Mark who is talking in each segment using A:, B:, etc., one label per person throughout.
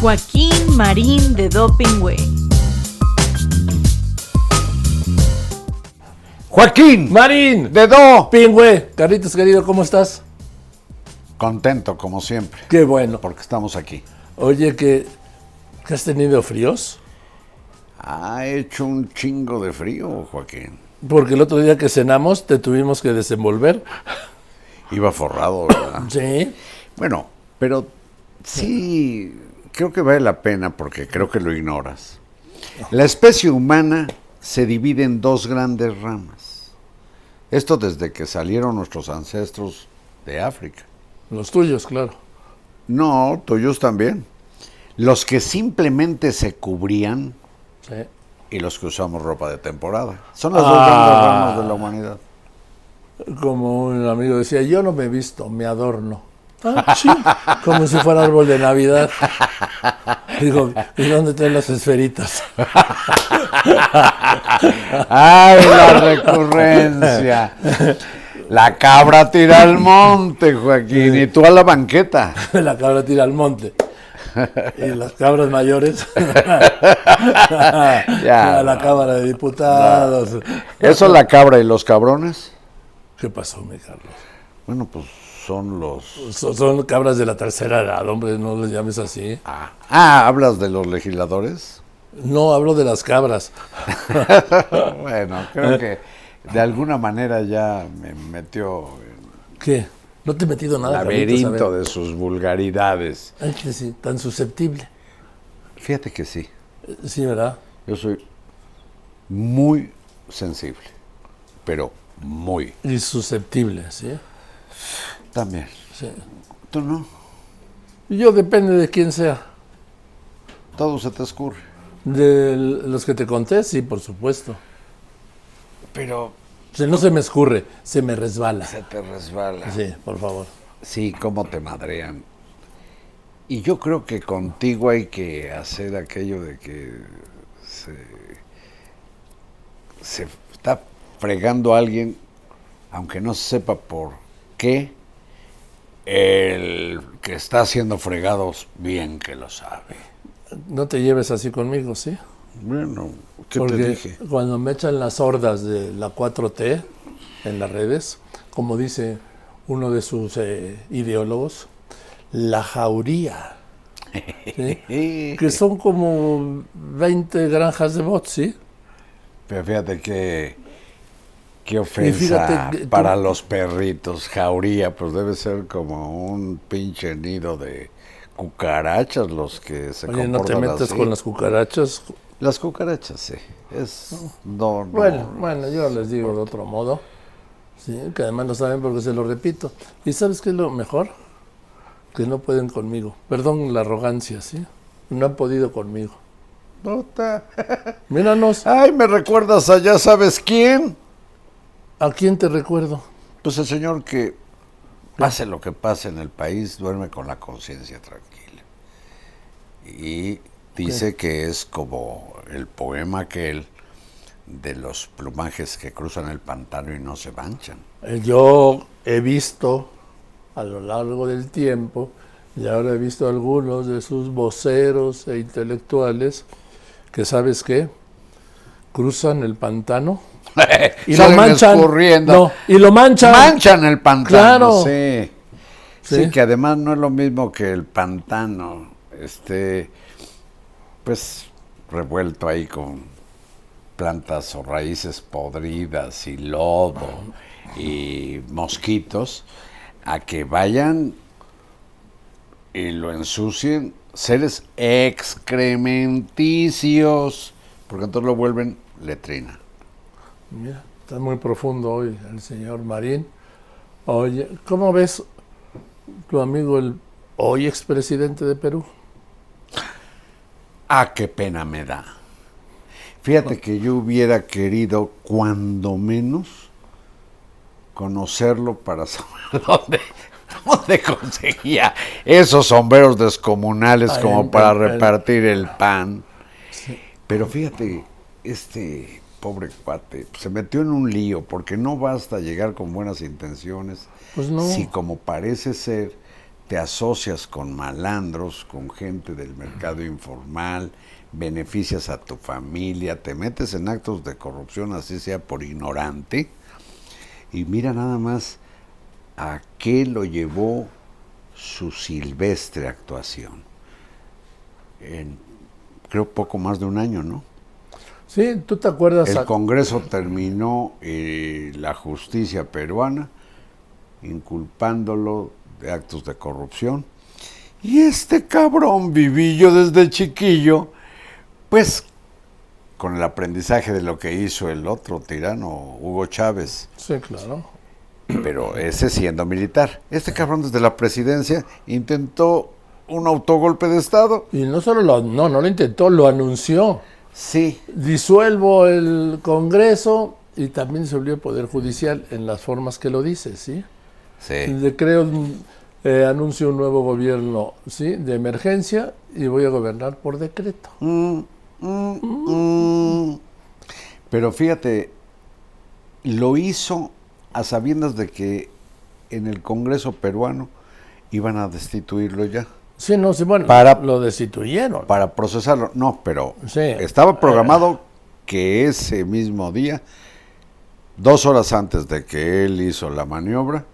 A: Joaquín Marín de Dopingüe.
B: Joaquín,
C: Marín,
B: de Do,
C: pingüe, Carlitos querido, ¿cómo estás?
B: contento como siempre,
C: Qué bueno.
B: porque estamos aquí.
C: Oye, que, que has tenido fríos,
B: Ha hecho un chingo de frío, Joaquín.
C: porque el otro día que cenamos te tuvimos que desenvolver.
B: Iba forrado, ¿verdad?
C: Sí.
B: Bueno, pero sí, creo que vale la pena porque creo que lo ignoras. La especie humana se divide en dos grandes ramas. Esto desde que salieron nuestros ancestros de África.
C: Los tuyos, claro.
B: No, tuyos también. Los que simplemente se cubrían
C: Sí.
B: y los que usamos ropa de temporada. Son las dos grandes
C: Ah.
B: ramas de la humanidad.
C: Como un amigo decía, yo no me he visto, me adorno. Ah, sí, como si fuera árbol de Navidad. Digo, ¿y dónde traen las esferitas?
B: ¡Ay, la recurrencia! La cabra tira al monte, Joaquín, y tú a la banqueta.
C: La cabra tira al monte. Y las cabras mayores
B: Ya,
C: a la
B: no.
C: Cámara de Diputados.
B: Eso la cabra y los cabrones.
C: ¿Qué pasó, mi Carlos?
B: Bueno, pues son los.
C: Son, son cabras de la tercera edad, hombre, no les llames así.
B: Ah, ah, hablas de los legisladores.
C: No, hablo de las cabras.
B: bueno, creo que de alguna manera ya me metió en
C: ¿Qué? No te he metido
B: el
C: nada, Carlitos, a ver.
B: laberinto de sus vulgaridades.
C: Ay, que sí, tan susceptible. Eh,
B: Fíjate que sí,
C: Sí, ¿verdad?
B: yo soy muy sensible, pero muy
C: Y susceptible, ¿sí?
B: también.
C: Sí.
B: Tú no,
C: Yo depende de quién sea.
B: todo se te escurre.
C: De los que te conté, sí, por supuesto.
B: Pero
C: O sea, no se me escurre, se me resbala.
B: se te resbala.
C: Sí, por favor.
B: Sí, cómo te madrean. Y yo creo que contigo hay que hacer aquello de que se, se está fregando a alguien, aunque no se sepa por qué, el que está haciendo fregados bien que lo sabe.
C: No te lleves así conmigo, ¿sí?
B: Bueno, ¿qué
C: Porque
B: te dije?
C: cuando me echan las hordas de la 4T en las redes, como dice uno de sus eh, ideólogos, la jauría, ¿sí? que son como 20 granjas de bots, ¿sí?
B: Pero fíjate que qué ofensa
C: fíjate que tú-
B: para los perritos, jauría, pues debe ser como un pinche nido de cucarachas los que se
C: Oye,
B: comportan
C: no te metas
B: así.
C: con las cucarachas.
B: Las cucarachas, sí. Es no, no.
C: Bueno, bueno, yo les digo de otro modo, ¿sí? que además lo saben porque se lo repito. ¿Y sabes qué es lo mejor? Que no pueden conmigo. Perdón la arrogancia, ¿sí? No han podido conmigo.
B: Puta.
C: Míranos,
B: Ay, me recuerdas a ya sabes quién.
C: ¿a quién te recuerdo?
B: Pues el señor que
C: Pues
B: pase lo que pase en el país, duerme con la conciencia tranquila. Y dice que es como el poema aquel de los plumajes que cruzan el pantano y no se manchan.
C: Eh, Yo he visto a lo largo del tiempo, y ahora he visto algunos de sus voceros e intelectuales, que sabes qué, cruzan el pantano y lo
B: Salen
C: manchan.
B: escurriendo.
C: No, y lo manchan.
B: Manchan el pantano.
C: Claro.
B: Sí.
C: Sí.
B: Sí, que además no es lo mismo que el pantano esté, pues, revuelto ahí con plantas o raíces podridas y lodo y mosquitos, a que vayan y lo ensucien seres excrementicios, porque entonces lo vuelven letrina.
C: Mira, está muy profundo hoy el señor Marín. Oye, ¿cómo ves tu amigo, el hoy expresidente de Perú?
B: Ah, qué pena me da. Fíjate que yo hubiera querido, cuando menos, conocerlo para saber dónde, dónde conseguía esos sombreros descomunales
C: Ay,
B: como
C: el-
B: para
C: el- el-
B: repartir el pan. Pero fíjate, este pobre cuate pues, se metió en un lío porque no basta llegar con buenas intenciones
C: Pues no.
B: si como parece ser te asocias con malandros, con gente del mercado informal, beneficias a tu familia, te metes en actos de corrupción, así sea por ignorante, y mira nada más a qué lo llevó su silvestre actuación. En, creo poco más de un año, ¿no?
C: Sí, tú te acuerdas.
B: El Congreso terminó eh, la justicia peruana inculpándolo de actos de corrupción. Y este cabrón vivillo desde chiquillo, pues con el aprendizaje de lo que hizo el otro tirano, Hugo Chávez,
C: Sí, claro.
B: pero ese siendo militar. Este cabrón desde la presidencia intentó un autogolpe de Estado.
C: Y no solo lo, no, no lo intentó, lo anunció.
B: Sí,
C: Disuelvo el Congreso y también disolvió el Poder Judicial en las formas que lo dice, ¿sí?
B: sí.
C: De, creo, eh, anuncio un nuevo gobierno, ¿sí? De emergencia y voy a gobernar por decreto.
B: Mm, mm, mm. Pero fíjate, lo hizo a sabiendas de que en el Congreso peruano iban a destituirlo ya
C: Sí, no, sí, bueno,
B: Para-
C: lo destituyeron.
B: para procesarlo. No, pero
C: Sí.
B: estaba programado que ese mismo día, dos horas antes de que él hizo la maniobra,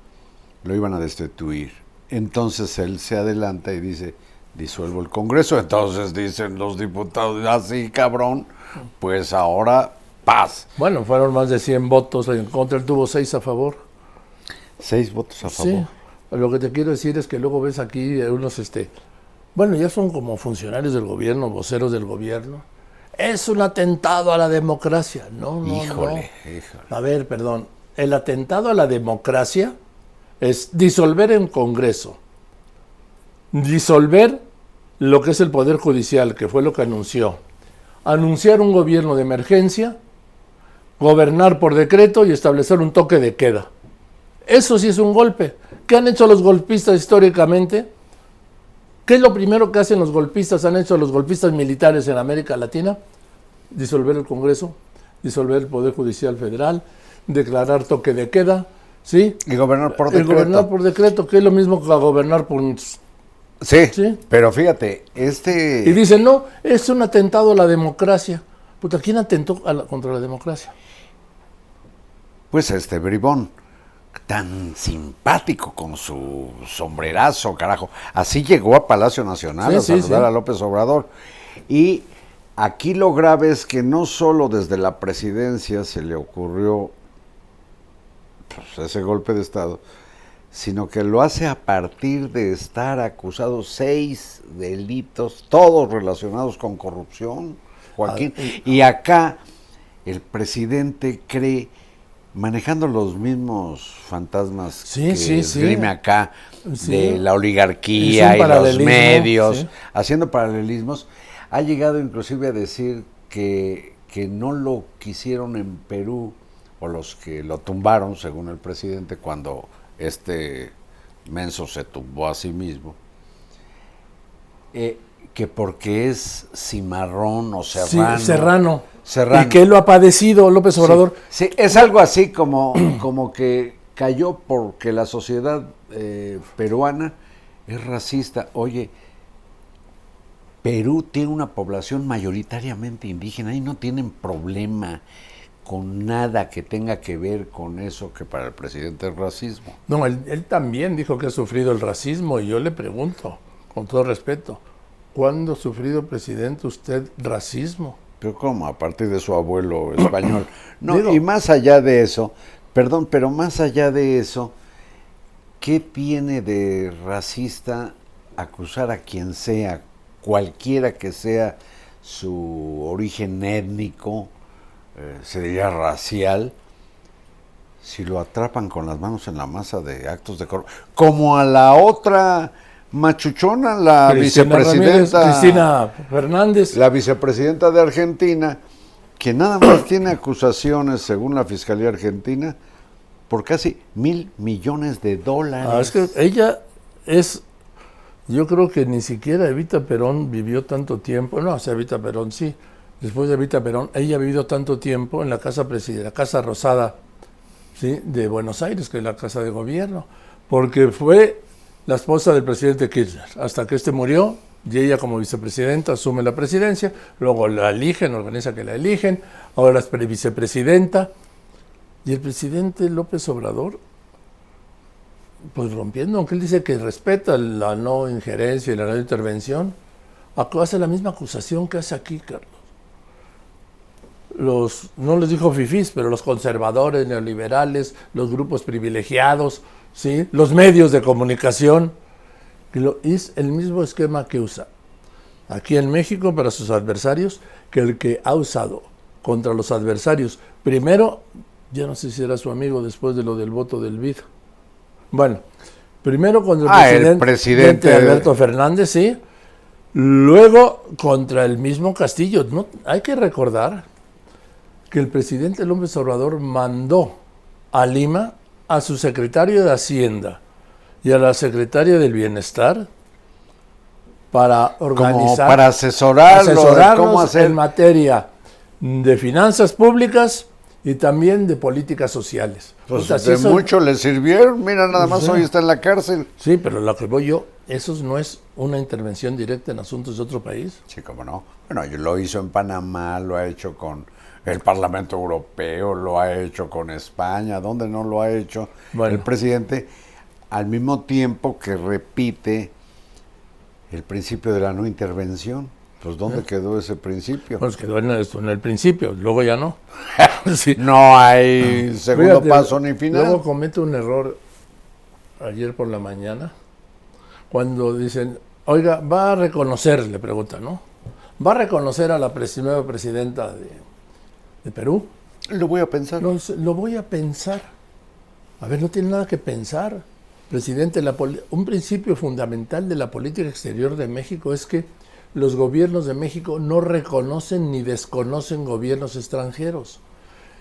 B: lo iban a destituir. Entonces él se adelanta y dice, disuelvo el Congreso. Entonces dicen los diputados, así cabrón, pues ahora paz.
C: Bueno, fueron más de 100 votos en contra, él tuvo 6 a favor.
B: Seis votos a favor.
C: Sí. Lo que te quiero decir es que luego ves aquí unos, este, bueno, ya son como funcionarios del gobierno, voceros del gobierno. Es un atentado a la democracia. No, no,
B: Híjole,
C: no.
B: híjole.
C: A ver, perdón. El atentado a la democracia es disolver en Congreso, disolver lo que es el Poder Judicial, que fue lo que anunció, anunciar un gobierno de emergencia, gobernar por decreto y establecer un toque de queda. Eso sí es un golpe. ¿Qué han hecho los golpistas históricamente? ¿Qué es lo primero que hacen los golpistas? Han hecho los golpistas militares en América Latina. Disolver el Congreso, disolver el Poder Judicial Federal, declarar toque de queda, ¿sí?
B: Y gobernar por
C: El
B: decreto.
C: gobernar por decreto, que es lo mismo que gobernar por...
B: Sí,
C: Sí.
B: pero fíjate, este...
C: Y dicen, no, es un atentado a la democracia. Puta, ¿quién atentó a la- contra la democracia?
B: Pues este bribón, tan simpático con su sombrerazo, carajo. Así llegó a Palacio Nacional
C: Sí,
B: a
C: sí,
B: saludar
C: sí.
B: a López Obrador. Y aquí lo grave es que no solo desde la presidencia se le ocurrió pues, ese golpe de Estado, sino que lo hace a partir de estar acusado seis delitos, todos relacionados con corrupción, Joaquín.
C: Ah,
B: Y acá el presidente cree, manejando los mismos fantasmas
C: Sí,
B: que
C: sí, sí.
B: esgrime acá,
C: Sí.
B: de la
C: Hizo
B: oligarquía
C: un
B: y los
C: paralelismo,
B: medios,
C: sí.
B: haciendo paralelismos, ha llegado inclusive a decir que, que no lo quisieron en Perú, o los que lo tumbaron, según el presidente, cuando este menso se tumbó a sí mismo, eh, que porque es cimarrón o
C: Sí,
B: serrano.
C: Serrano.
B: Serrano.
C: Y que lo ha padecido López Obrador.
B: Sí, sí, es algo así como, como que cayó porque la sociedad eh, peruana es racista. Oye, Perú tiene una población mayoritariamente indígena y no tienen problema con nada que tenga que ver con eso que para el presidente es racismo.
C: No, él, él también dijo que ha sufrido el racismo y yo le pregunto, con todo respeto, ¿cuándo ha sufrido, presidente, usted racismo?
B: Pero ¿cómo? A partir de su abuelo español. No,
C: Digo-
B: y más allá de eso, perdón, pero más allá de eso, ¿qué tiene de racista acusar a quien sea, cualquiera que sea su origen étnico, eh, se diría racial, si lo atrapan con las manos en la masa de actos de corrupción? Como a la otra machuchona, la
C: Ramírez,
B: vicepresidenta.
C: Cristina Fernández.
B: La vicepresidenta de Argentina, que nada más tiene acusaciones, según la Fiscalía Argentina, por casi mil millones de dólares.
C: Ah, es que ella es, yo creo que ni siquiera Evita Perón vivió tanto tiempo, no, o sea, Evita Perón sí, después de Evita Perón, ella ha vivido tanto tiempo en la Casa Preside- la Casa Rosada ¿sí? de Buenos Aires, que es la Casa de Gobierno, porque fue la esposa del presidente Kirchner, hasta que este murió y ella como vicepresidenta asume la presidencia, luego la eligen, organiza que la eligen, ahora es vicepresidenta, y el presidente López Obrador, pues rompiendo, aunque él dice que respeta la no injerencia y la no intervención, hace la misma acusación que hace aquí, Carlos. Los, no les dijo fifís, pero los conservadores, neoliberales, los grupos privilegiados, ¿sí? los medios de comunicación, es el mismo esquema que usa aquí en México para sus adversarios que el que ha usado contra los adversarios. Primero, ya no sé si era su amigo después de lo del voto del BID. Bueno, primero contra el,
B: Ah, el
C: presidente,
B: presidente-
C: Alberto Fernández, sí. Luego contra el mismo Castillo. No, hay que recordar que el presidente López Obrador mandó a Lima a su secretario de Hacienda y a la secretaria del Bienestar para
B: Como
C: organizar
B: para asesorarlo, de
C: asesorarnos
B: cómo hacer.
C: en materia de finanzas públicas y también de políticas sociales.
B: Pues
C: Puta, sí,
B: de
C: eso-
B: mucho le sirvieron. Mira, nada más
C: Sí.
B: hoy está en la cárcel.
C: Sí, pero lo que voy yo, eso no es una intervención directa en asuntos de otro país.
B: Sí, cómo no. Bueno, y lo hizo en Panamá, lo ha hecho con el Parlamento Europeo, lo ha hecho con España, ¿dónde no lo ha hecho
C: Bueno.
B: el presidente? Al mismo tiempo que repite el principio de la no intervención. Pues ¿dónde quedó ese principio?
C: Eh. Pues quedó en el, en el principio, luego ya no. Sí.
B: no hay segundo
C: Fíjate,
B: paso ni final.
C: Luego cometo un error ayer por la mañana cuando dicen, oiga, va a reconocer, le preguntan, ¿no? Va a reconocer a la presi- nueva presidenta de, de Perú.
B: Lo voy a pensar.
C: No, se- lo voy a pensar. A ver, no tiene nada que pensar. Presidente, la poli- un principio fundamental de la política exterior de México es que los gobiernos de México no reconocen ni desconocen gobiernos extranjeros.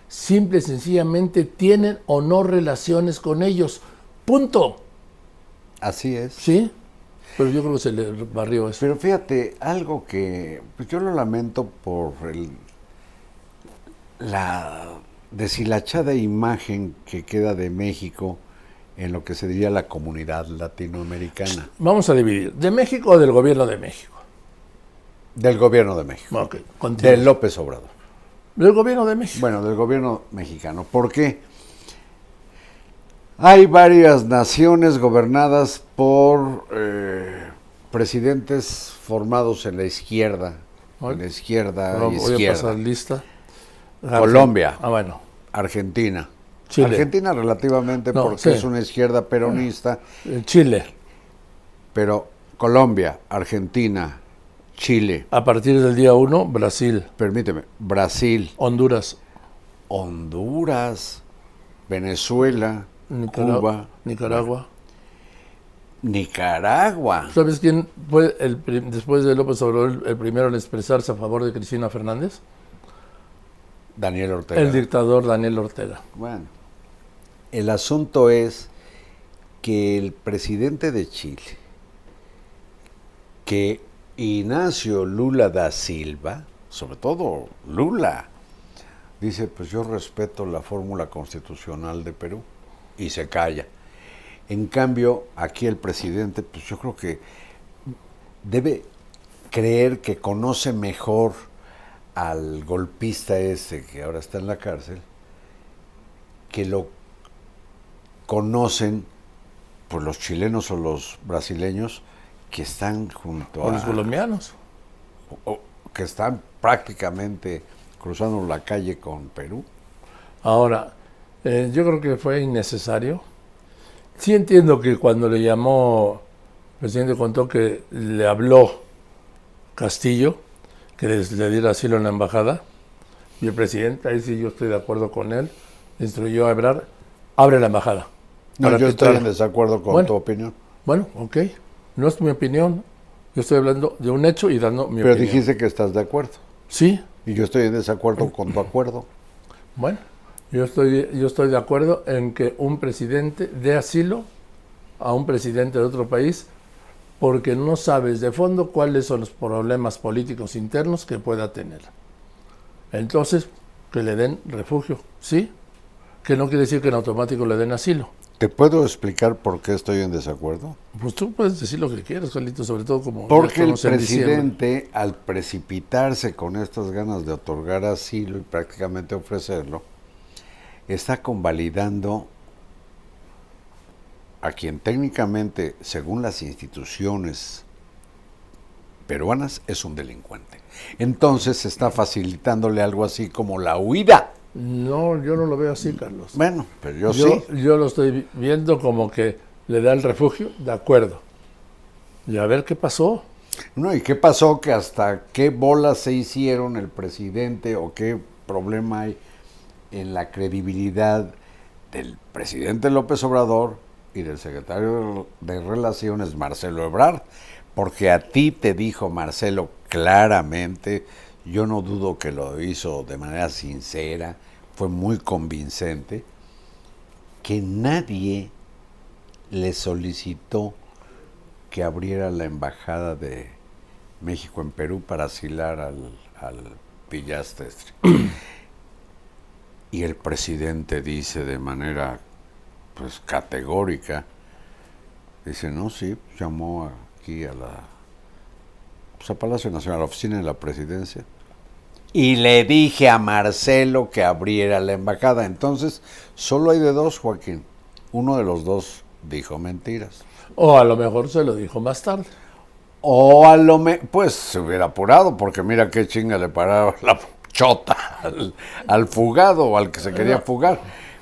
C: Simple y sencillamente tienen o no relaciones con ellos. Punto.
B: Así es.
C: ¿Sí? Pero yo creo que se le barrió eso.
B: Pero fíjate, algo que pues yo lo lamento por el- la deshilachada imagen que queda de México en lo que se diría la comunidad latinoamericana
C: Vamos a dividir. ¿De México o del gobierno de México?
B: del gobierno de México,
C: Ok, continúa.
B: de López Obrador.
C: Del gobierno de México.
B: Bueno, del gobierno mexicano. ¿Por qué? Hay varias naciones gobernadas por eh, presidentes formados en la izquierda.
C: Ay.
B: En la izquierda,
C: Ahora
B: y
C: voy a
B: izquierda.
C: pasar lista.
B: Colombia.
C: Ah, bueno.
B: Argentina.
C: Chile.
B: Argentina relativamente
C: No,
B: porque
C: sí.
B: es una izquierda peronista,
C: Eh, Chile,
B: pero Colombia, Argentina, Chile,
C: a partir del día 1, Brasil,
B: permíteme, Brasil,
C: Honduras,
B: Honduras, Venezuela,
C: Nicaragua.
B: Cuba,
C: Nicaragua.
B: Nicaragua.
C: ¿Sabes quién fue el, pri- después de López Obrador el, el primero en expresarse a favor de Cristina Fernández?
B: Daniel Ortega.
C: El dictador Daniel Ortega.
B: Bueno, el asunto es que el presidente de Chile, que Ignacio Lula da Silva, sobre todo Lula, dice, pues yo respeto la fórmula constitucional de Perú y se calla. En cambio, aquí el presidente, pues yo creo que debe creer que conoce mejor al golpista ese que ahora está en la cárcel que lo conocen pues los chilenos o los brasileños que están junto
C: O los
B: a
C: colombianos.
B: o- que están prácticamente cruzando la calle con Perú.
C: Ahora, eh, yo creo que fue innecesario. Sí entiendo que cuando le llamó, el presidente contó que le habló Castillo, que les- le diera asilo en la embajada, y el presidente, ahí sí yo estoy de acuerdo con él, instruyó a Ebrard, abre la embajada.
B: No,
C: para
B: yo
C: que
B: estoy en
C: tra-
B: desacuerdo con
C: Bueno.
B: tu opinión.
C: Bueno, ok, no es mi opinión, yo estoy hablando de un hecho y dando mi
B: Pero
C: opinión.
B: dijiste que estás de acuerdo.
C: Sí,
B: Y yo estoy en desacuerdo con tu acuerdo.
C: Bueno, yo estoy, yo estoy de acuerdo en que un presidente dé asilo a un presidente de otro país porque no sabes de fondo cuáles son los problemas políticos internos que pueda tener. Entonces, que le den refugio, ¿sí? Que no quiere decir que en automático le den asilo.
B: ¿Te puedo explicar por qué estoy en desacuerdo?
C: Pues tú puedes decir lo que quieras, Carlito, sobre todo como... ya
B: Porque el
C: estamos en diciembre.
B: presidente, al precipitarse con estas ganas de otorgar asilo y prácticamente ofrecerlo, está convalidando a quien técnicamente, según las instituciones peruanas, es un delincuente. Entonces está facilitándole algo así como la huida.
C: No, yo no lo veo así, Carlos.
B: Bueno, pero yo,
C: Yo,
B: sí.
C: yo lo estoy vi- viendo como que le da el refugio, de acuerdo. Y a ver qué pasó.
B: No, ¿y qué pasó? Que hasta qué bolas se hicieron el presidente o qué problema hay en la credibilidad del presidente López Obrador y del secretario de Relaciones, Marcelo Ebrard. Porque a ti te dijo Marcelo claramente, yo no dudo que lo hizo de manera sincera, fue muy convincente, que nadie le solicitó que abriera la embajada de México en Perú para asilar al, al pillastre. este. y el presidente dice de manera pues categórica, dice, no, sí, llamó aquí a la pues, a Palacio Nacional, a la oficina de la presidencia. Y le dije a Marcelo que abriera la embajada. Entonces, solo hay de dos, Joaquín. Uno de los dos dijo mentiras.
C: O a lo mejor se lo dijo más tarde.
B: O a lo mejor, pues se hubiera apurado, porque mira qué chinga le paraba la chota al, al fugado o al que se quería fugar.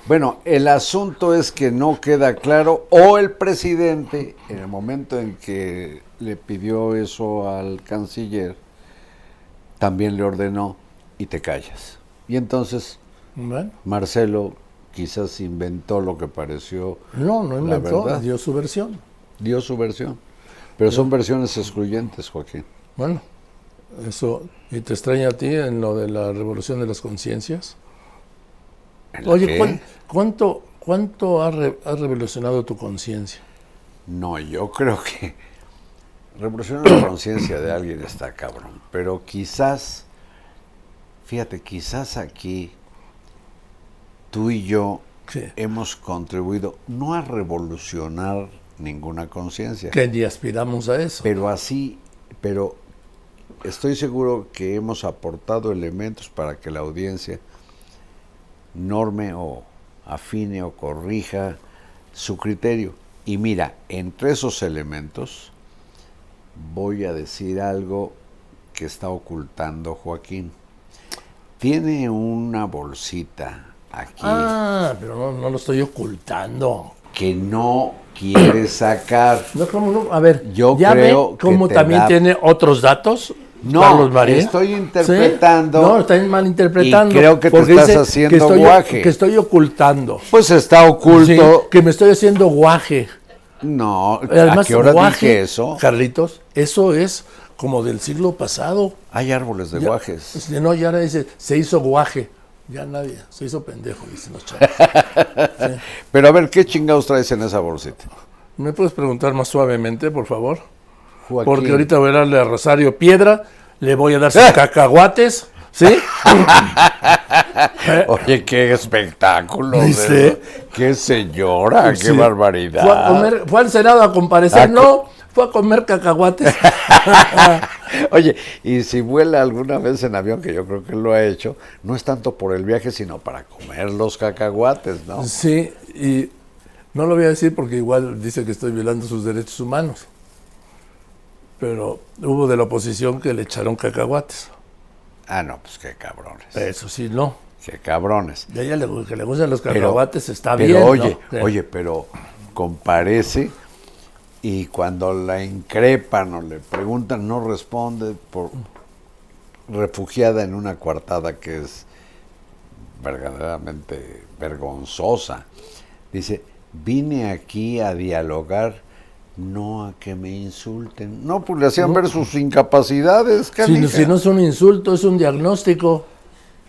B: Bueno, el asunto es que no queda claro, o el presidente, en el momento en que le pidió eso al canciller, también le ordenó y te callas. Y entonces
C: Bueno,
B: Marcelo quizás inventó lo que pareció,
C: no, no
B: La
C: inventó,
B: verdad.
C: dio su versión.
B: dio su versión. Pero son versiones excluyentes, Joaquín.
C: Bueno, eso. ¿Y te extraña a ti en lo de la revolución de las conciencias?
B: ¿En la
C: Oye,
B: que-
C: ¿cuán- ¿cuánto, cuánto ha, re- ha revolucionado tu conciencia?
B: No, yo creo que revolucionar la conciencia de alguien está cabrón. Pero quizás, fíjate, quizás aquí tú y yo
C: Sí.
B: hemos contribuido no a revolucionar ninguna conciencia,
C: Que ni aspiramos a eso.
B: pero así, pero estoy seguro que hemos aportado elementos para que la audiencia norme o afine o corrija su criterio. Y mira, entre esos elementos voy a decir algo que está ocultando Joaquín. Tiene una bolsita aquí
C: Ah, pero no, no lo estoy ocultando.
B: que no quiere sacar.
C: No, ¿cómo no? A ver,
B: Yo
C: ya
B: creo
C: ve
B: que
C: cómo
B: te
C: también
B: da-
C: tiene otros datos.
B: No,
C: Carlos María.
B: estoy
C: ¿Sí?
B: interpretando.
C: No, están malinterpretando.
B: Y creo que te
C: porque
B: estás
C: dice
B: haciendo
C: que estoy,
B: guaje.
C: Que estoy ocultando.
B: Pues está oculto.
C: Sí, que me estoy haciendo guaje.
B: No, ¿a
C: Además,
B: qué hora
C: guaje,
B: dije eso?
C: Carlitos, eso es como del siglo pasado.
B: Hay árboles de
C: Ya-
B: guajes.
C: Sí, No, ya nadie dice, se hizo guaje. Ya nadie, se hizo pendejo, dicen los chavos.
B: Pero a ver, ¿qué chingados traes en esa bolsita?
C: ¿Me puedes preguntar más suavemente, por favor?
B: Joaquín,
C: Porque ahorita voy a darle a Rosario Piedra, le voy a dar sus cacahuates, ¿sí? Eh,
B: Oye, qué espectáculo.
C: Dice-
B: ¿verdad? Qué señora, Ah, qué
C: Sí. Fue a
B: barbaridad.
C: comer- fue al Senado a
B: A
C: comparecer,
B: co-
C: no, fue a comer cacahuates.
B: Oye, y si vuela alguna vez en avión, que yo creo que lo ha hecho, no es tanto por el viaje, sino para comer los cacahuates, ¿no?
C: Sí, y no lo voy a decir porque igual dice que estoy violando sus derechos humanos. Pero hubo de la oposición que le echaron cacahuates.
B: Ah, no, pues qué cabrones.
C: Eso sí, no.
B: Qué cabrones.
C: Y a ella le, gu- que le gustan los cacahuates está
B: pero
C: bien. ¿no?
B: oye,
C: Que-
B: oye, pero comparece y cuando la increpan o le preguntan no responde por refugiada en una coartada que es verdaderamente vergonzosa. Dice, vine aquí a dialogar, no a que me insulten. No, pues le hacían ver sus incapacidades,
C: Si, no-
B: canija.
C: si no es un insulto, es un diagnóstico.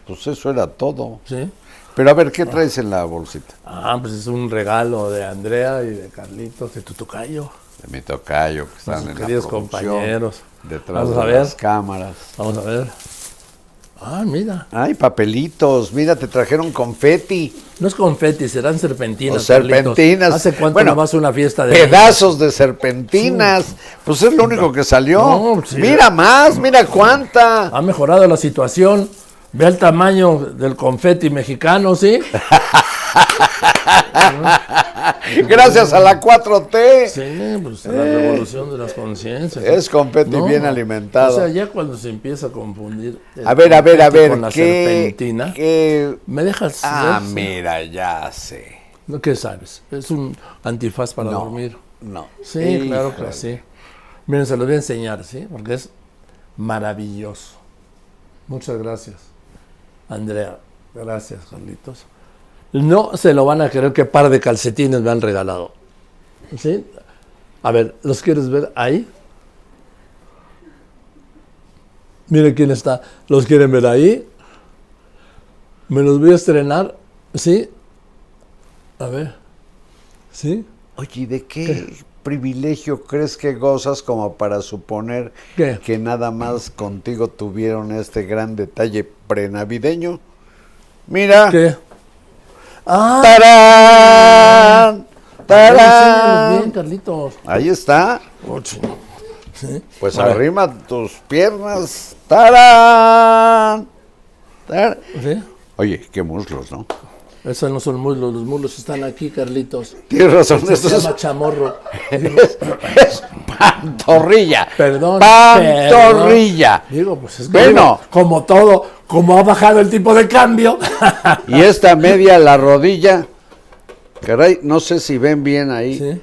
B: Pues eso era todo.
C: ¿sí?
B: Pero a ver, ¿qué traes en la bolsita?
C: Ah, pues es un regalo de Andrea y de Carlitos, de tu tocayo.
B: de mi tocayo que están en la
C: queridos
B: producción,
C: compañeros.
B: detrás
C: Vamos
B: de
C: a ver.
B: las cámaras.
C: Vamos a ver. Ah, mira.
B: Ay, papelitos, mira, te trajeron confeti.
C: No es confeti, serán serpentinas.
B: O serpentinas.
C: Carlitos. ¿Hace cuánto
B: Bueno,
C: no vas a una fiesta de
B: Pedazos de serpentinas. Pues es lo único que salió.
C: No, pues sí.
B: Mira más, mira cuánta.
C: Ha mejorado la situación. Ve el tamaño del confeti mexicano, ¿sí?
B: Gracias a la 4T.
C: Sí, pues la revolución de las conciencias.
B: Eh. Es confeti bien alimentado.
C: O sea, ya cuando se empieza a confundir. el
B: A ver, a ver, a
C: confeti
B: ver.
C: Con la
B: ¿qué-
C: serpentina.
B: qué-
C: ¿Me dejas?
B: Ah,
C: ver?
B: mira, ya sé.
C: ¿No ¿Qué sabes? Es un antifaz para dormir.
B: No.
C: Sí, claro que
B: Híjole.
C: sí. Miren, se los voy a enseñar, ¿sí? Porque es maravilloso. Muchas gracias, Andrea. Gracias, Carlitos. No se lo van a creer qué par de calcetines me han regalado. ¿Sí? A ver, ¿los quieres ver ahí? Mire quién está. ¿Los quieren ver ahí? Me los voy a estrenar, ¿sí? A ver. ¿Sí?
B: Oye, ¿y ¿de qué, privilegio crees que gozas como para suponer
C: ¿Qué?
B: que nada más contigo tuvieron este gran detalle prenavideño? Mira.
C: ¿Qué? Ah,
B: ¡Tarán!
C: Enséñanos bien,
B: ¡Tarán!
C: Carlitos.
B: Ahí está.
C: Sí.
B: Pues
C: Ahora,
B: arrima tus piernas. ¡Tarán! Tar-
C: ¿sí?
B: Oye, qué muslos, ¿no?
C: Esos no son muslos, los muslos están aquí, Carlitos.
B: Tienes razón,
C: Se
B: esto Pues es,
C: llama chamorro.
B: es pantorrilla.
C: Perdón.
B: Pantorrilla.
C: perdón. Digo, pues es que
B: Bueno.
C: digo, como todo, como ha bajado el tipo de cambio.
B: Y esta media, la rodilla. Caray, no sé si ven bien ahí
C: ¿Sí?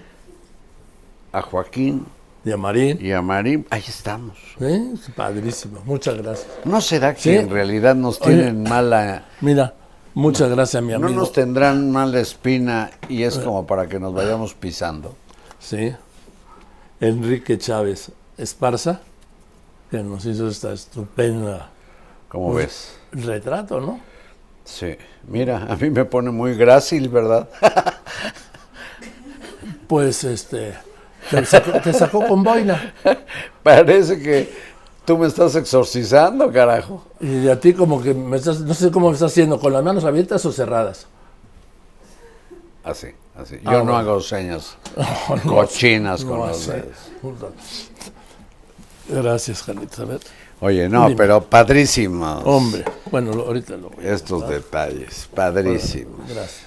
B: a Joaquín
C: Y a Marín.
B: y a Marín. Ahí estamos.
C: ¿Sí? Es Padrísimo. Muchas gracias.
B: ¿No será que
C: Sí.
B: en realidad nos
C: Oye.
B: tienen mala...
C: Mira, muchas gracias, mi amigo.
B: No nos tendrán mala espina y es como para que nos vayamos pisando.
C: Sí. Enrique Chávez Esparza, que nos hizo esta estupenda
B: ¿Cómo
C: Pues,
B: ves?
C: retrato, ¿no?
B: Sí. Mira, a mí me pone muy grácil, ¿verdad?
C: Pues este. Te sacó, te sacó con boina.
B: Parece que tú me estás exorcizando, carajo.
C: Y a ti, como que me estás. No sé cómo me estás haciendo, con las manos abiertas o cerradas.
B: Así, así. Yo
C: Ah,
B: no
C: bueno.
B: hago señas cochinas con
C: No,
B: los
C: así.
B: dedos.
C: Puta. Gracias, Carlitos. A ver.
B: Oye, no,
C: Dime.
B: pero padrísimos.
C: Hombre, bueno, lo- ahorita lo voy a.
B: Estos detalles, padrísimos.
C: Gracias.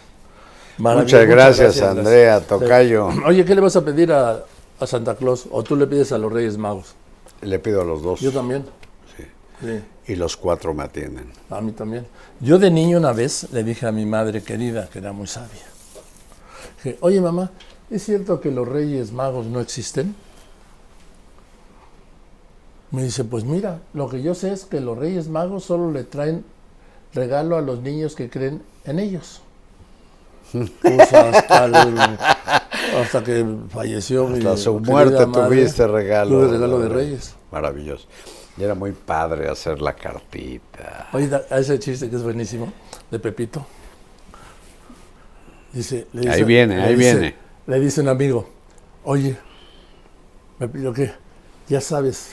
B: Muchas gracias, Andrea, tocayo.
C: Oye, ¿qué le vas a pedir a, a Santa Claus? ¿O tú le pides a los Reyes Magos?
B: Le pido a los dos.
C: Yo también. Sí.
B: Y los cuatro me atienden.
C: A mí también. Yo de niño una vez le dije a mi madre querida, que era muy sabia, que, oye mamá, ¿es cierto que los reyes magos no existen? Me dice, pues mira, lo que yo sé es que los reyes magos solo le traen regalo a los niños que creen en ellos. Pues hasta, el- hasta que falleció mi
B: Hasta su
C: querida
B: muerte
C: madre,
B: tuviste regalo.
C: Tuve regalo de reyes.
B: Maravilloso. Y era muy padre hacer la cartita.
C: Oye, da- a ese chiste que es buenísimo, de Pepito. Dice, le
B: Ahí viene,
C: le
B: ahí
C: dice-
B: viene.
C: Le dice un amigo, oye, me pidió que, ya sabes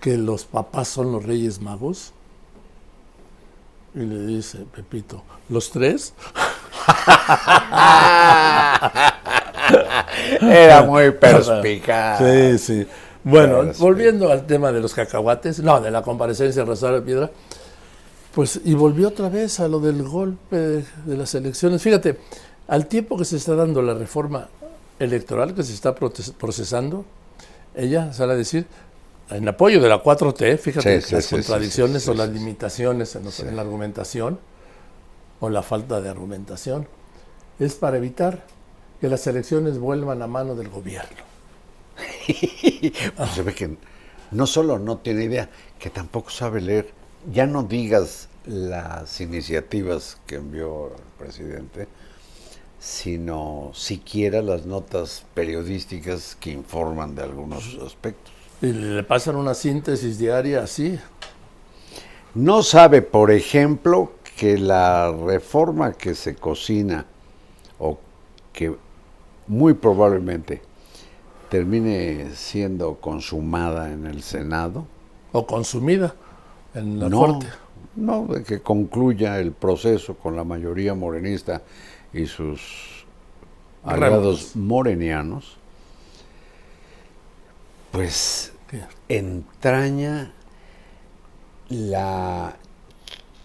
C: que los papás son los reyes magos. Y le dice, Pepito, ¿los tres?
B: Era muy perspicaz.
C: Ah. Sí, sí. Bueno,
B: Claro, sí.
C: volviendo al tema de los cacahuates, no, de la comparecencia de Rosario Piedra, pues, y volvió otra vez a lo del golpe de, de las elecciones. Fíjate, al tiempo que se está dando la reforma electoral que se está protes- procesando, ella sale a decir, en apoyo de la 4T, fíjate
B: Sí,
C: que
B: sí,
C: las
B: sí, sí,
C: contradicciones
B: sí, sí,
C: o las
B: sí, sí.
C: limitaciones en, los- en la argumentación, o la falta de argumentación, es para evitar que las elecciones vuelvan a mano del gobierno.
B: Pues se ve que no solo no tiene idea, que tampoco sabe leer. Ya no digas las iniciativas que envió el presidente, sino siquiera las notas periodísticas que informan de algunos aspectos.
C: Y le pasan una síntesis diaria así.
B: No sabe, por ejemplo, que la reforma que se cocina o que muy probablemente termine siendo consumada en el Senado,
C: O consumida. en la
B: no,
C: corte.
B: no, de que concluya el proceso con la mayoría morenista y sus aliados
C: Ramos.
B: morenianos, pues
C: ¿Qué?
B: entraña la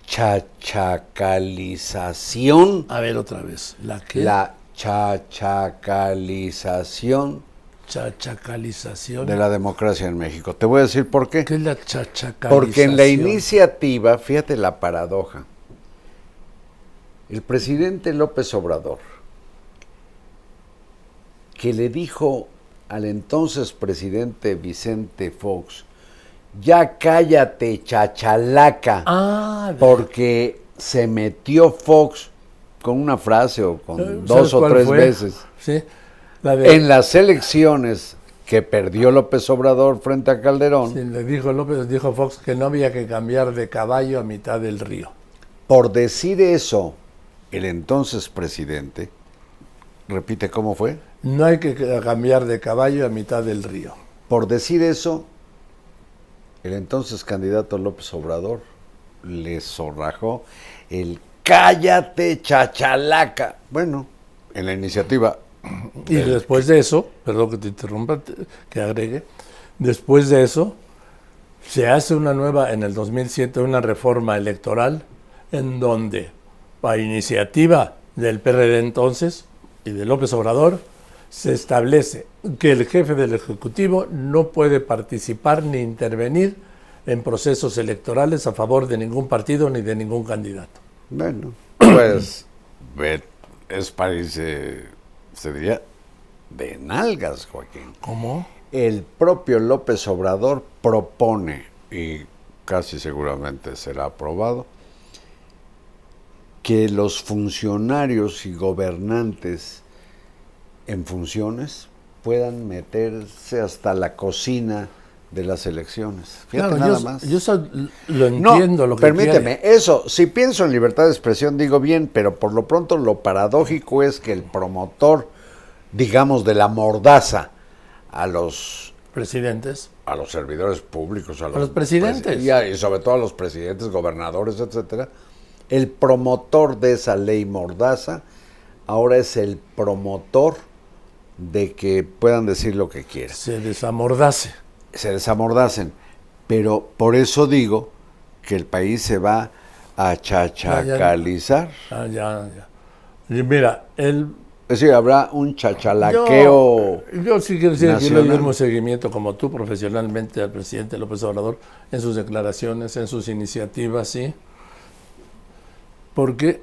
B: chachacalización,
C: A ver otra vez. La que
B: la chachacalización
C: chachacalización.
B: de la democracia en México. Te voy a decir por qué.
C: ¿Qué es la chachacalización?
B: Porque en la iniciativa, fíjate la paradoja, el presidente López Obrador, que le dijo al entonces presidente Vicente Fox, ya cállate chachalaca,
C: Ah, de-
B: porque se metió Fox con una frase o
C: ¿sabes
B: con dos o
C: cuál
B: tres
C: fue?
B: veces
C: Sí. La de.
B: en las elecciones que perdió López Obrador frente a Calderón.
C: sí, le dijo López, dijo Fox que no había que cambiar de caballo a mitad del río.
B: Por decir eso, el entonces presidente, repite cómo fue,
C: No hay que cambiar de caballo a mitad del río.
B: por decir eso, el entonces candidato López Obrador le zorrajó el cállate chachalaca. Bueno, en la iniciativa,
C: Y después de eso, perdón que te interrumpa, te- que agregue, después de eso, se hace una nueva, en el 2007, una reforma electoral en donde, a iniciativa del PRD entonces y de López Obrador, se establece que el jefe del Ejecutivo no puede participar ni intervenir en procesos electorales a favor de ningún partido ni de ningún candidato.
B: bueno, pues ve- es parece, se diría, de nalgas, Joaquín.
C: ¿Cómo?
B: el propio López Obrador propone, y casi seguramente será aprobado, que los funcionarios y gobernantes en funciones puedan meterse hasta la cocina de las elecciones. Fíjate
C: Claro,
B: nada
C: yo,
B: más.
C: yo eso lo
B: No,
C: entiendo, lo que
B: permíteme,
C: quiere.
B: eso, si pienso en libertad de expresión, digo bien, pero por lo pronto lo paradójico es que el promotor, digamos, de la mordaza a los
C: presidentes.
B: a los servidores públicos, a los,
C: los presidentes.
B: presi- y, a- y sobre todo a los presidentes, gobernadores, etcétera. El promotor de esa ley mordaza ahora es el promotor de que puedan decir lo que quieran.
C: se desamordace.
B: Se desamordacen. Pero por eso digo que el país se va a chachacalizar.
C: Ah, ya, ya. Y mira, el
B: Es decir, habrá un chachalaqueo.
C: Yo, yo sí quiero decir que yo le doy el
B: nacional.
C: mismo seguimiento como tú profesionalmente al presidente López Obrador en sus declaraciones, en sus iniciativas, sí. Porque,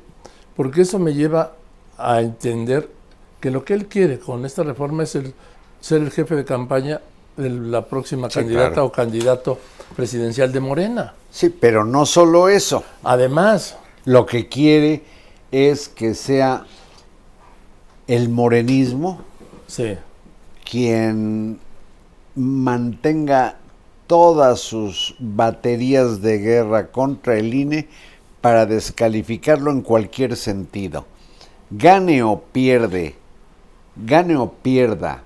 C: porque eso me lleva a entender que lo que él quiere con esta reforma es el, ser el jefe de campaña de la próxima
B: Sí,
C: candidata
B: claro.
C: o candidato presidencial de Morena.
B: Sí, pero no solo eso.
C: Además,
B: lo que quiere es que sea el morenismo
C: sí,
B: quien mantenga todas sus baterías de guerra contra el INE para descalificarlo en cualquier sentido. Gane o pierde, gane o pierda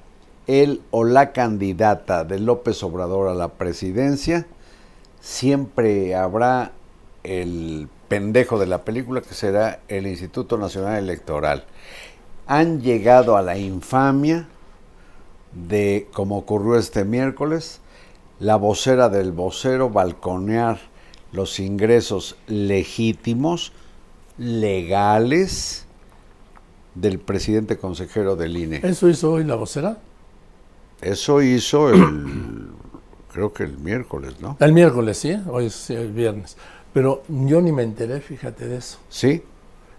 B: él o la candidata de López Obrador a la presidencia, siempre habrá el pendejo de la película que será el Instituto Nacional Electoral. Han llegado a la infamia de, como ocurrió este miércoles, la vocera del vocero balconear los ingresos legítimos, legales, del presidente consejero del INE.
C: eso hizo hoy la vocera.
B: Eso hizo el, creo que el miércoles, ¿no?
C: El miércoles, sí, hoy es sí, el viernes. Pero yo ni me enteré, fíjate de eso.
B: Sí,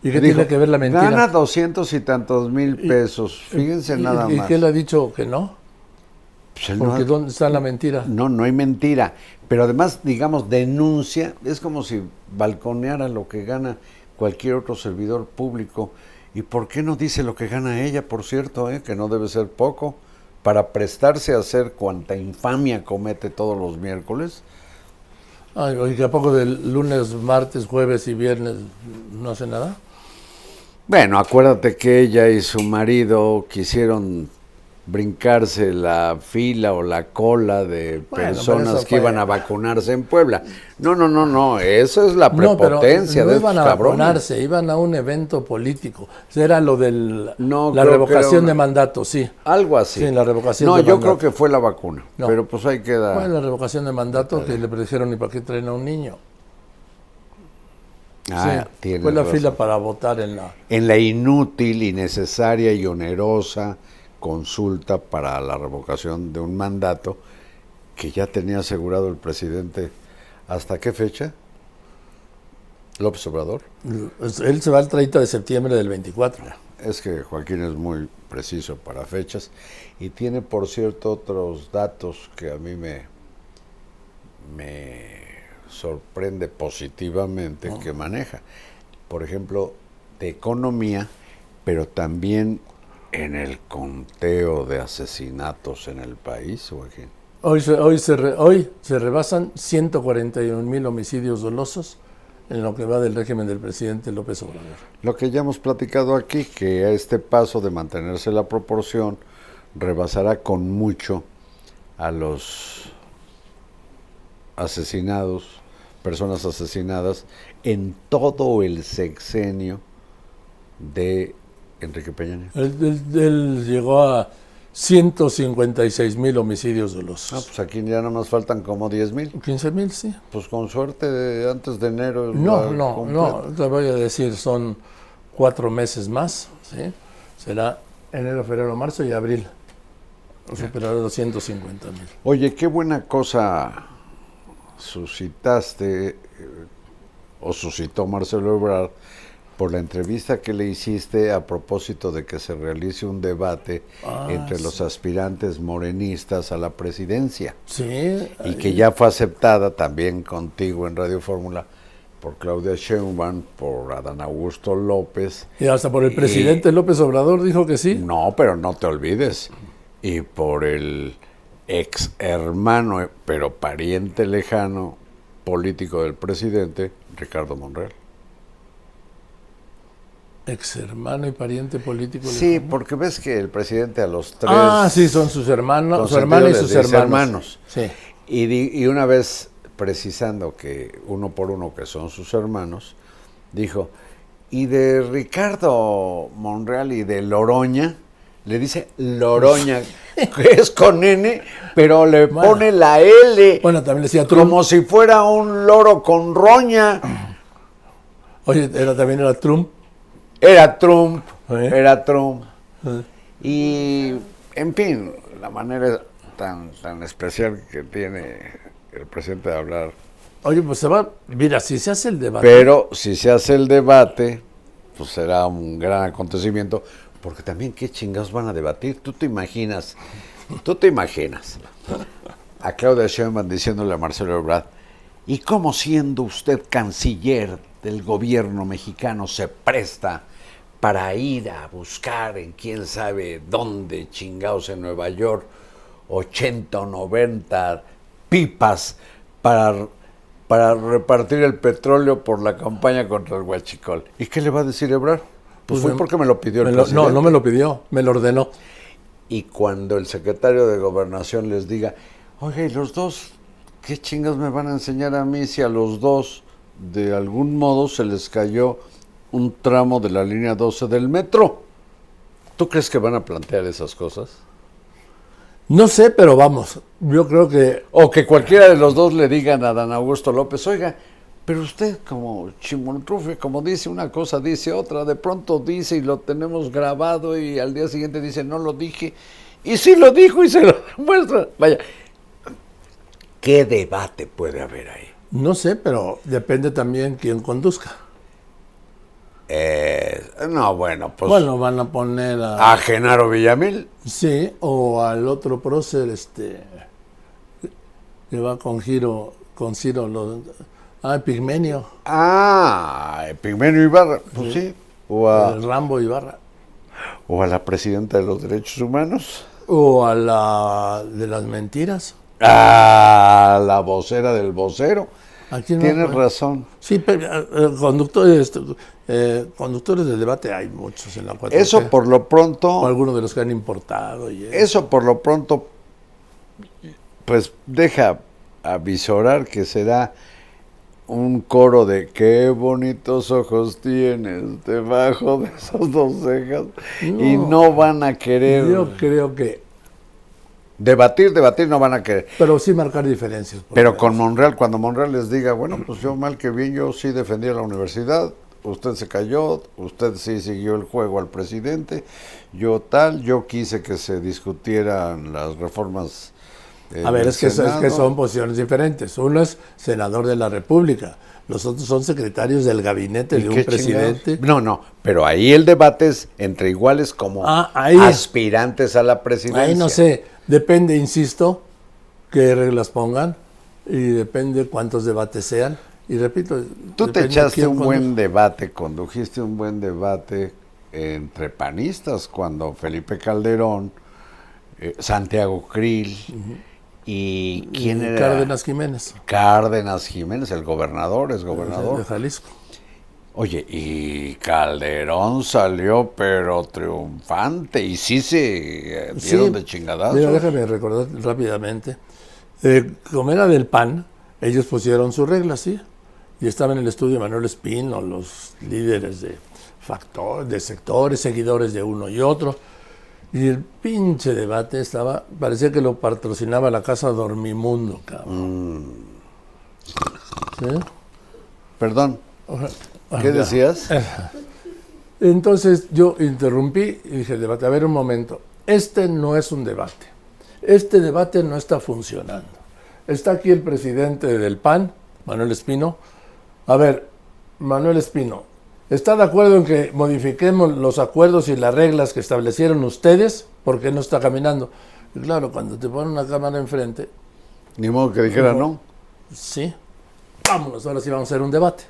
C: ¿Y
B: Dijo,
C: qué tiene que ver la mentira?
B: Gana 200 y tantos mil pesos. Fíjense
C: ¿Y-
B: nada
C: ¿Y
B: más.
C: qué le ha dicho que no?
B: Pues él
C: Porque
B: no,
C: ¿dónde está la mentira?
B: no, no hay mentira. Pero además, digamos, denuncia. Es como si balconeara lo que gana cualquier otro servidor público. ¿Y por qué no dice lo que gana ella, por cierto, eh, que no debe ser poco? Para prestarse a hacer cuanta infamia comete todos los miércoles.
C: Ay, oye, ¿que a poco del lunes, martes, jueves y viernes no hace nada?
B: Bueno, acuérdate que ella y su marido quisieron brincarse la fila o la cola de
C: pero
B: personas
C: eso
B: que
C: fue-
B: iban a vacunarse en Puebla. No, no, no, no, eso es la
C: No, pero
B: prepotencia
C: no
B: de
C: iban
B: estos
C: a
B: cabrones.
C: vacunarse, iban a un evento político. Era lo de
B: No, creo
C: la
B: que era
C: revocación
B: una-
C: de mandato, sí.
B: Algo así.
C: Sí, la revocación
B: No,
C: de
B: yo
C: mandato.
B: creo que fue la vacuna,
C: No.
B: pero pues ahí queda.
C: Fue la revocación de mandato que le dijeron, ¿y para qué traen a un niño?
B: Ah,
C: Sí,
B: tienes
C: fue la
B: razón.
C: fila para votar en la...
B: en la inútil, innecesaria y onerosa consulta para la revocación de un mandato que ya tenía asegurado el presidente. ¿Hasta qué fecha? López Obrador.
C: Él se va el 30 de septiembre del 24.
B: Es que Joaquín es muy preciso para fechas y tiene, por cierto, otros datos que a mí me, me sorprende positivamente que maneja. Por ejemplo, de economía, pero también en el conteo de asesinatos en el país, Joaquín.
C: Hoy se, hoy se, re- hoy se rebasan 141 mil homicidios dolosos en lo que va del régimen del presidente López Obrador.
B: Lo que ya hemos platicado aquí, que a este paso de mantenerse la proporción rebasará con mucho a los asesinados, personas asesinadas en todo el sexenio de Enrique Peña Nieto.
C: Él, él- él llegó a 156 mil homicidios
B: Ah,
C: dolosos.
B: pues aquí ya nomás faltan como 10 mil.
C: 15 mil, sí.
B: Pues con suerte antes de enero.
C: No,
B: la
C: no,
B: completa.
C: no, te voy a decir, son cuatro meses más, ¿sí? Será enero, febrero, marzo y abril. Superará los 150 mil.
B: Oye, qué buena cosa suscitaste eh, o suscitó Marcelo Ebrard por la entrevista que le hiciste a propósito de que se realice un debate
C: Ah,
B: entre los aspirantes morenistas a la presidencia
C: Sí,
B: y que ya fue aceptada también contigo en Radio Fórmula por Claudia Sheinbaum, por Adán Augusto López.
C: y hasta por el
B: y-
C: presidente López Obrador dijo que sí.
B: No, pero no te olvides. Y por el ex hermano, eh, pero pariente lejano político del presidente, Ricardo Monreal.
C: Ex hermano y pariente político. le
B: Sí,
C: dijo.
B: porque ves que el presidente a los tres...
C: Ah, sí, son sus hermanos, su
B: Consentido
C: hermana y
B: les
C: sus
B: dice
C: hermanos.
B: hermanos.
C: Sí.
B: Y, di- y una vez precisando que uno por uno que son sus hermanos, dijo, y de Ricardo Monreal y de Loroña, le dice Loroña, que es con N, pero le
C: Bueno.
B: pone la L
C: Bueno, también le decía Trump.
B: como si fuera un loro con roña.
C: Oye, era, también era Trump.
B: Era Trump,
C: ¿Eh?
B: era Trump.
C: Eh,
B: Y, en fin, la manera tan, tan especial que tiene el presidente de hablar
C: Oye, pues se va. Mira, si se hace el debate.
B: Pero si se hace el debate, pues será un gran acontecimiento, porque también qué chingados van a debatir. Tú te imaginas, tú te imaginas a Claudia Sheinbaum diciéndole a Marcelo Ebrard, ¿y cómo siendo usted canciller del gobierno mexicano se presta para ir a buscar en quién sabe dónde chingados en Nueva York 80 o 90 pipas para, para repartir el petróleo por la campaña contra el huachicol? ¿Y qué le va a decir Ebrard? Pues, fue
C: me-
B: porque me lo pidió el
C: me lo-
B: presidente.
C: No, no me lo pidió, me lo ordenó.
B: Y cuando el secretario de Gobernación les diga, oye, ¿y los dos, ¿qué chingas me van a enseñar a mí si a los dos de algún modo se les cayó un tramo de la línea 12 del metro? ¿Tú crees que van a plantear esas cosas?
C: No sé, pero vamos. Yo creo que
B: O que cualquiera de los dos le digan a Dan Augusto López, oiga, pero usted como chimoltrufe, como dice una cosa, dice otra, de pronto dice y lo tenemos grabado y al día siguiente dice, no lo dije, y sí lo dijo y se lo demuestra. Vaya, ¿qué debate puede haber ahí?
C: No sé, pero depende también quién conduzca.
B: Eh, no, bueno, pues
C: bueno, van a poner a,
B: a Genaro Villamil,
C: sí o al otro prócer, este, que va con Giro, con Ciro, los, ah, Pigmenio,
B: ah, Pigmenio Ibarra, pues sí, o a,
C: el Rambo Ibarra,
B: o a la presidenta de los derechos humanos.
C: o a la de las mentiras.
B: Ah, la vocera del vocero.
C: Aquí no,
B: Tienes
C: eh,
B: razón.
C: Sí, pero, eh, conductores, eh, conductores de debate hay muchos en la 4T.
B: Eso por lo
C: O
B: pronto,
C: algunos de los que han importado. y eso.
B: eso por lo pronto, pues deja avisorar que será un coro de qué bonitos ojos tienes debajo de esas dos cejas y
C: No.
B: no van a querer
C: Yo creo que.
B: debatir, debatir no van a querer.
C: Pero sí marcar diferencias. por
B: Pero
C: lo
B: con Monreal, cuando Monreal les diga, bueno, pues yo mal que bien, yo sí defendí a la universidad, usted se cayó, usted sí siguió el juego al presidente, yo tal, yo quise que se discutieran las reformas. eh,
C: menos. A ver,
B: del
C: es que, es que
B: Senado".
C: son posiciones diferentes. Uno es senador de la República, los otros son secretarios del gabinete
B: ¿Y
C: de
B: qué
C: un
B: chingados?
C: presidente.
B: No, no, pero ahí el debate es entre iguales como
C: Ah, ahí.
B: aspirantes a la presidencia.
C: Ahí no sé, depende, insisto, qué reglas pongan y depende cuántos debates sean. Y repito,
B: Tú te
C: depende
B: echaste
C: quién
B: un
C: condu-
B: buen debate, condujiste un buen debate entre panistas cuando Felipe Calderón, eh, Santiago Krill y quién era
C: Cárdenas Jiménez
B: Cárdenas Jiménez, el gobernador, es
C: de
B: gobernador.
C: Jalisco.
B: Oye, y Calderón salió pero triunfante y sí se eh, dieron de chingadazo.
C: Mira, déjame recordar rápidamente. Eh, como era del PAN, ellos pusieron sus reglas, ¿sí? Y estaban en el estudio Manuel Espino, los líderes de factor, de sectores, seguidores de uno y otro. Y el pinche debate estaba, parecía que lo patrocinaba la casa Dormimundo, cabrón.
B: Mm.
C: ¿Sí?
B: Perdón,
C: Ah,
B: ¿qué decías?
C: Eh. Entonces yo interrumpí y dije, debate, a ver un momento, este no es un debate, este debate no está funcionando. Está aquí el presidente del PAN, Manuel Espino. A ver, Manuel Espino, ¿está de acuerdo en que modifiquemos los acuerdos y las reglas que establecieron ustedes? Porque no está caminando. Y claro, cuando te ponen una cámara enfrente,
B: Ni modo que dijera no.
C: sí, vámonos, ahora sí vamos a hacer un debate.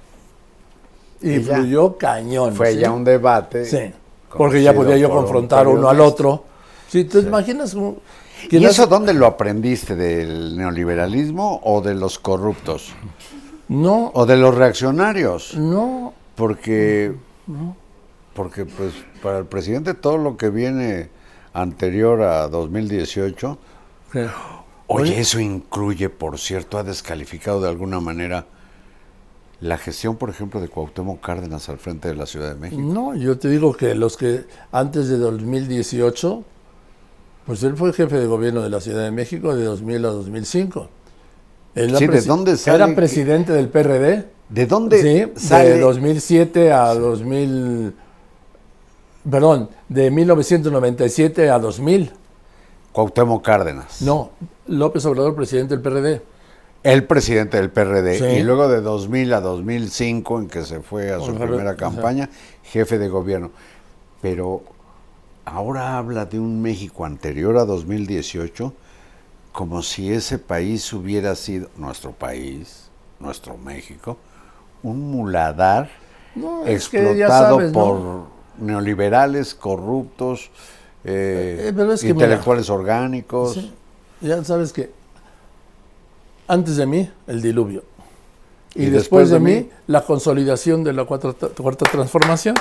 C: Y,
B: Y ya.
C: fluyó cañón.
B: Fue
C: Ah, ¿sí?
B: ya un debate.
C: Sí, porque ya podía yo
B: por un
C: confrontar uno al
B: periodista.
C: otro. Si te imaginas un-
B: ¿Y
C: quién
B: eso
C: hace-
B: dónde lo aprendiste? ¿Del neoliberalismo o de los corruptos?
C: No,
B: ¿O de los reaccionarios?
C: no,
B: Porque, porque pues para el presidente todo lo que viene anterior a 2018,
C: que-
B: oye, eso incluye, por cierto, ha descalificado de alguna manera la gestión, por ejemplo, de Cuauhtémoc Cárdenas al frente de la Ciudad de México.
C: no, yo te digo que los que antes de 2018, pues él fue jefe de gobierno de la Ciudad de México de 2000 a 2005. Él
B: Sí,
C: era
B: ¿de
C: presi-
B: dónde sale
C: Era
B: que-
C: presidente del PRD.
B: ¿De dónde
C: sí,
B: sale?
C: de 2007 a 2000, perdón, de 1997 a 2000.
B: Cuauhtémoc Cárdenas.
C: No, López Obrador, presidente del PRD.
B: El presidente del PRD
C: Sí.
B: y luego de 2000 a 2005 en que se fue a su
C: Ojalá,
B: primera
C: ajá.
B: campaña, jefe de gobierno. Pero ahora habla de un México anterior a 2018 como si ese país hubiera sido nuestro país, nuestro México, un muladar
C: No, es que ya
B: explotado
C: sabes, ¿no?
B: por neoliberales corruptos, eh,
C: Eh, pero es que mira.
B: intelectuales orgánicos.
C: Sí. Ya sabes que antes de mí, el diluvio. Y,
B: Y después
C: después, de,
B: de
C: mí,
B: mí,
C: la consolidación de la cuarta, cuarta transformación.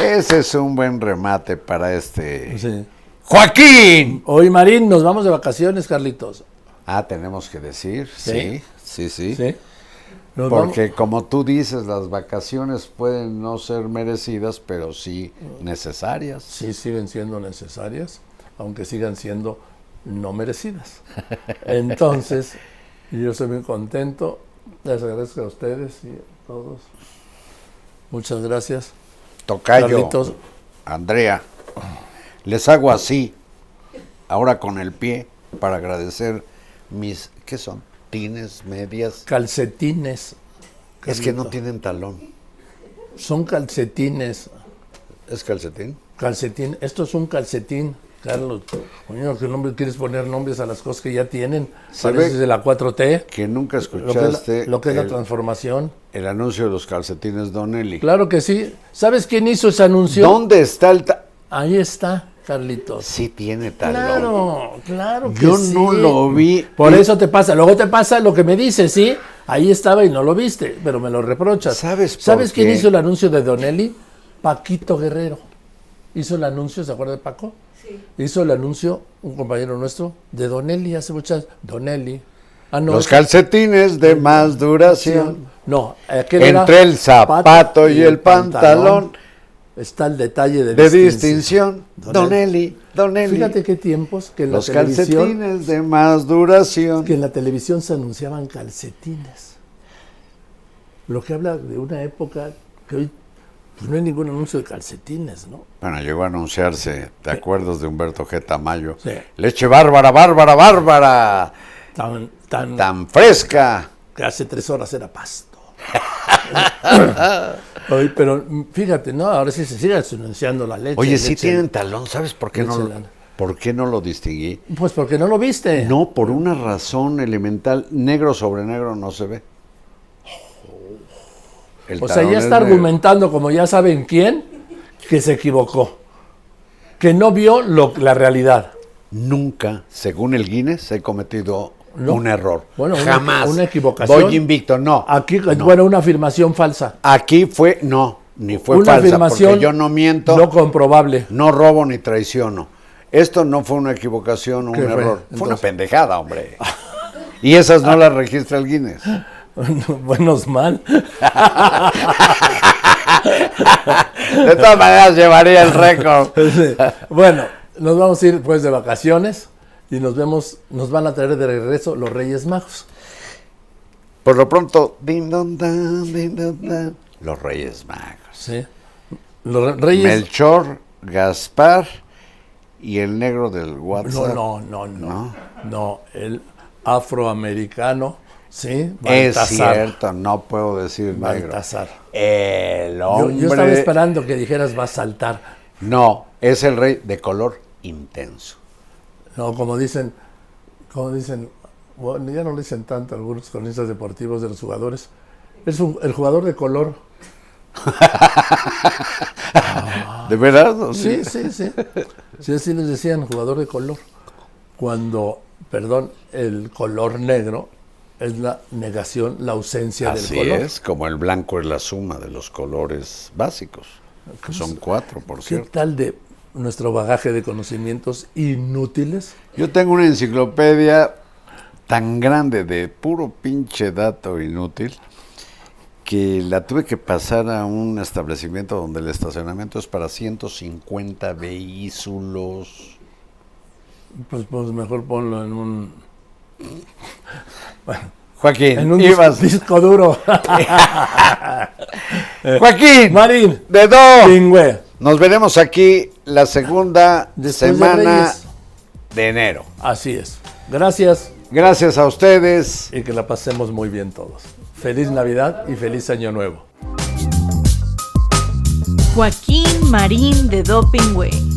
B: Ese es un buen remate para este...
C: Sí.
B: Joaquín.
C: Hoy, Marín, nos vamos de vacaciones, Carlitos.
B: Ah, tenemos que decir, sí, sí, sí.
C: Sí. Nos
B: Porque como tú dices, las vacaciones pueden no ser merecidas, pero sí necesarias.
C: sí siguen siendo necesarias, aunque sigan siendo no merecidas. Entonces, yo estoy muy contento. Les agradezco a ustedes y a todos. Muchas gracias.
B: Tocayo,
C: Carlitos.
B: Andrea, les hago así, ahora con el pie, para agradecer mis, ¿qué son? Tines, medias.
C: Calcetines.
B: Es que no tienen talón.
C: Son calcetines.
B: ¿Es calcetín?
C: Calcetín. Esto es un calcetín, Carlos. Coño, ¿qué nombre quieres poner nombres a las cosas que ya tienen?
B: Se ve
C: Pareces de la 4T.
B: Que nunca
C: Lo que, es
B: escuchaste
C: la, lo que es la
B: el,
C: transformación.
B: el anuncio de los calcetines Donelli.
C: Claro que sí. ¿Sabes quién hizo ese anuncio?
B: ¿Dónde está el talón?
C: Ahí está, Carlitos.
B: Sí tiene talón.
C: Claro, claro que
B: Yo
C: sí.
B: no lo vi.
C: Por
B: Y-
C: eso te pasa. Luego te pasa lo que me dices, ¿sí? Ahí estaba y no lo viste, pero me lo reprochas.
B: ¿Sabes por
C: ¿Sabes quién
B: qué?
C: hizo el anuncio de Donelli? Paquito Guerrero. Hizo el anuncio, ¿se acuerda de Paco? Sí. Hizo el anuncio, un compañero nuestro, de Donelli hace muchas. Donelli. Ah, no.
B: Los
C: es-
B: calcetines de más duración.
C: No, aquel era
B: Entre el zapato
C: pato
B: y el pantalón
C: Está el detalle de,
B: de distinción. Don
C: Donelli.
B: Eli, Don Eli.
C: Fíjate qué tiempos que en la
B: Los
C: televisión
B: calcetines de más duración.
C: que en la televisión se anunciaban calcetines. Lo que habla de una época que hoy pues, no hay ningún anuncio de calcetines, ¿no?
B: Bueno, llegó a anunciarse, ¿te acuerdas de Humberto G. Tamayo?
C: Sí.
B: Leche bárbara, bárbara, bárbara,
C: Tan, tan,
B: tan fresca.
C: que hace tres horas era pasto. Oye, pero fíjate, ¿no? Ahora sí se sigue anunciando la leche.
B: Oye, sí
C: leche.
B: tienen talón, ¿sabes por qué, no
C: leche
B: lo,
C: lana.
B: por qué no lo distinguí?
C: Pues porque no lo viste.
B: No, por una razón elemental, negro sobre negro no se ve. El
C: O sea,
B: talón
C: ya
B: es
C: está
B: negro.
C: argumentando, como ya saben quién, que se equivocó. Que no vio lo- la realidad.
B: Nunca, según el Guinness, he cometido
C: No.
B: un error.
C: Bueno, una-
B: Jamás.
C: una equivocación.
B: Voy invicto, no.
C: Aquí,
B: no.
C: bueno, una afirmación falsa.
B: Aquí fue, no, ni fue
C: una
B: falsa,
C: afirmación
B: porque yo no miento,
C: No
B: no,
C: comprobable.
B: robo ni traiciono. Esto no fue una equivocación o un
C: ¿Qué fue,
B: error. Fue una
C: entonces?
B: pendejada, hombre. y esas no las registra el Guinness.
C: Buenos mal.
B: De todas maneras, llevaría el récord.
C: Este, bueno, nos vamos a ir pues de vacaciones y nos vemos, nos van a traer de regreso los Reyes Magos.
B: Por lo pronto, din, don, dan, din, don, dan. los Reyes Magos.
C: Sí. Los re- Reyes.
B: Melchor, Gaspar y el negro del WhatsApp.
C: No, no, no,
B: No.
C: no. No, el afroamericano, sí,
B: Es
C: Baltasar.
B: cierto, no puedo decir negro.
C: Baltasar.
B: El
C: Yo,
B: hombre.
C: yo estaba esperando que dijeras va a saltar.
B: No, es el rey de color intenso.
C: No, como dicen, como dicen, bueno, ya no lo dicen tanto algunos cronistas deportivos de los jugadores. Es un- el jugador de color.
B: ¿De veras? ¿O
C: Ah, Sí, sí, sí. Sí, así les decían, jugador de color. Cuando, perdón, el color negro es la negación, la ausencia
B: Así
C: del color.
B: es, como el blanco es la suma de los colores básicos. que son cuatro, por
C: ¿Qué
B: cierto.
C: tal de nuestro bagaje de conocimientos inútiles?
B: Yo tengo una enciclopedia tan grande de puro pinche dato inútil que la tuve que pasar a un establecimiento donde el estacionamiento es para 150 vehículos.
C: Pues, pues mejor ponlo en un,
B: Joaquín,
C: en un dis-
B: ibas.
C: disco duro.
B: eh, Joaquín,
C: Marín,
B: de dos.
C: pingüe.
B: Nos veremos aquí la segunda
C: Después de
B: semana
C: Reyes.
B: de enero.
C: Así es. Gracias
B: Gracias a ustedes.
C: y que la pasemos muy bien todos. Feliz Navidad y feliz Año Nuevo.
A: Joaquín Marín de Dopingüe.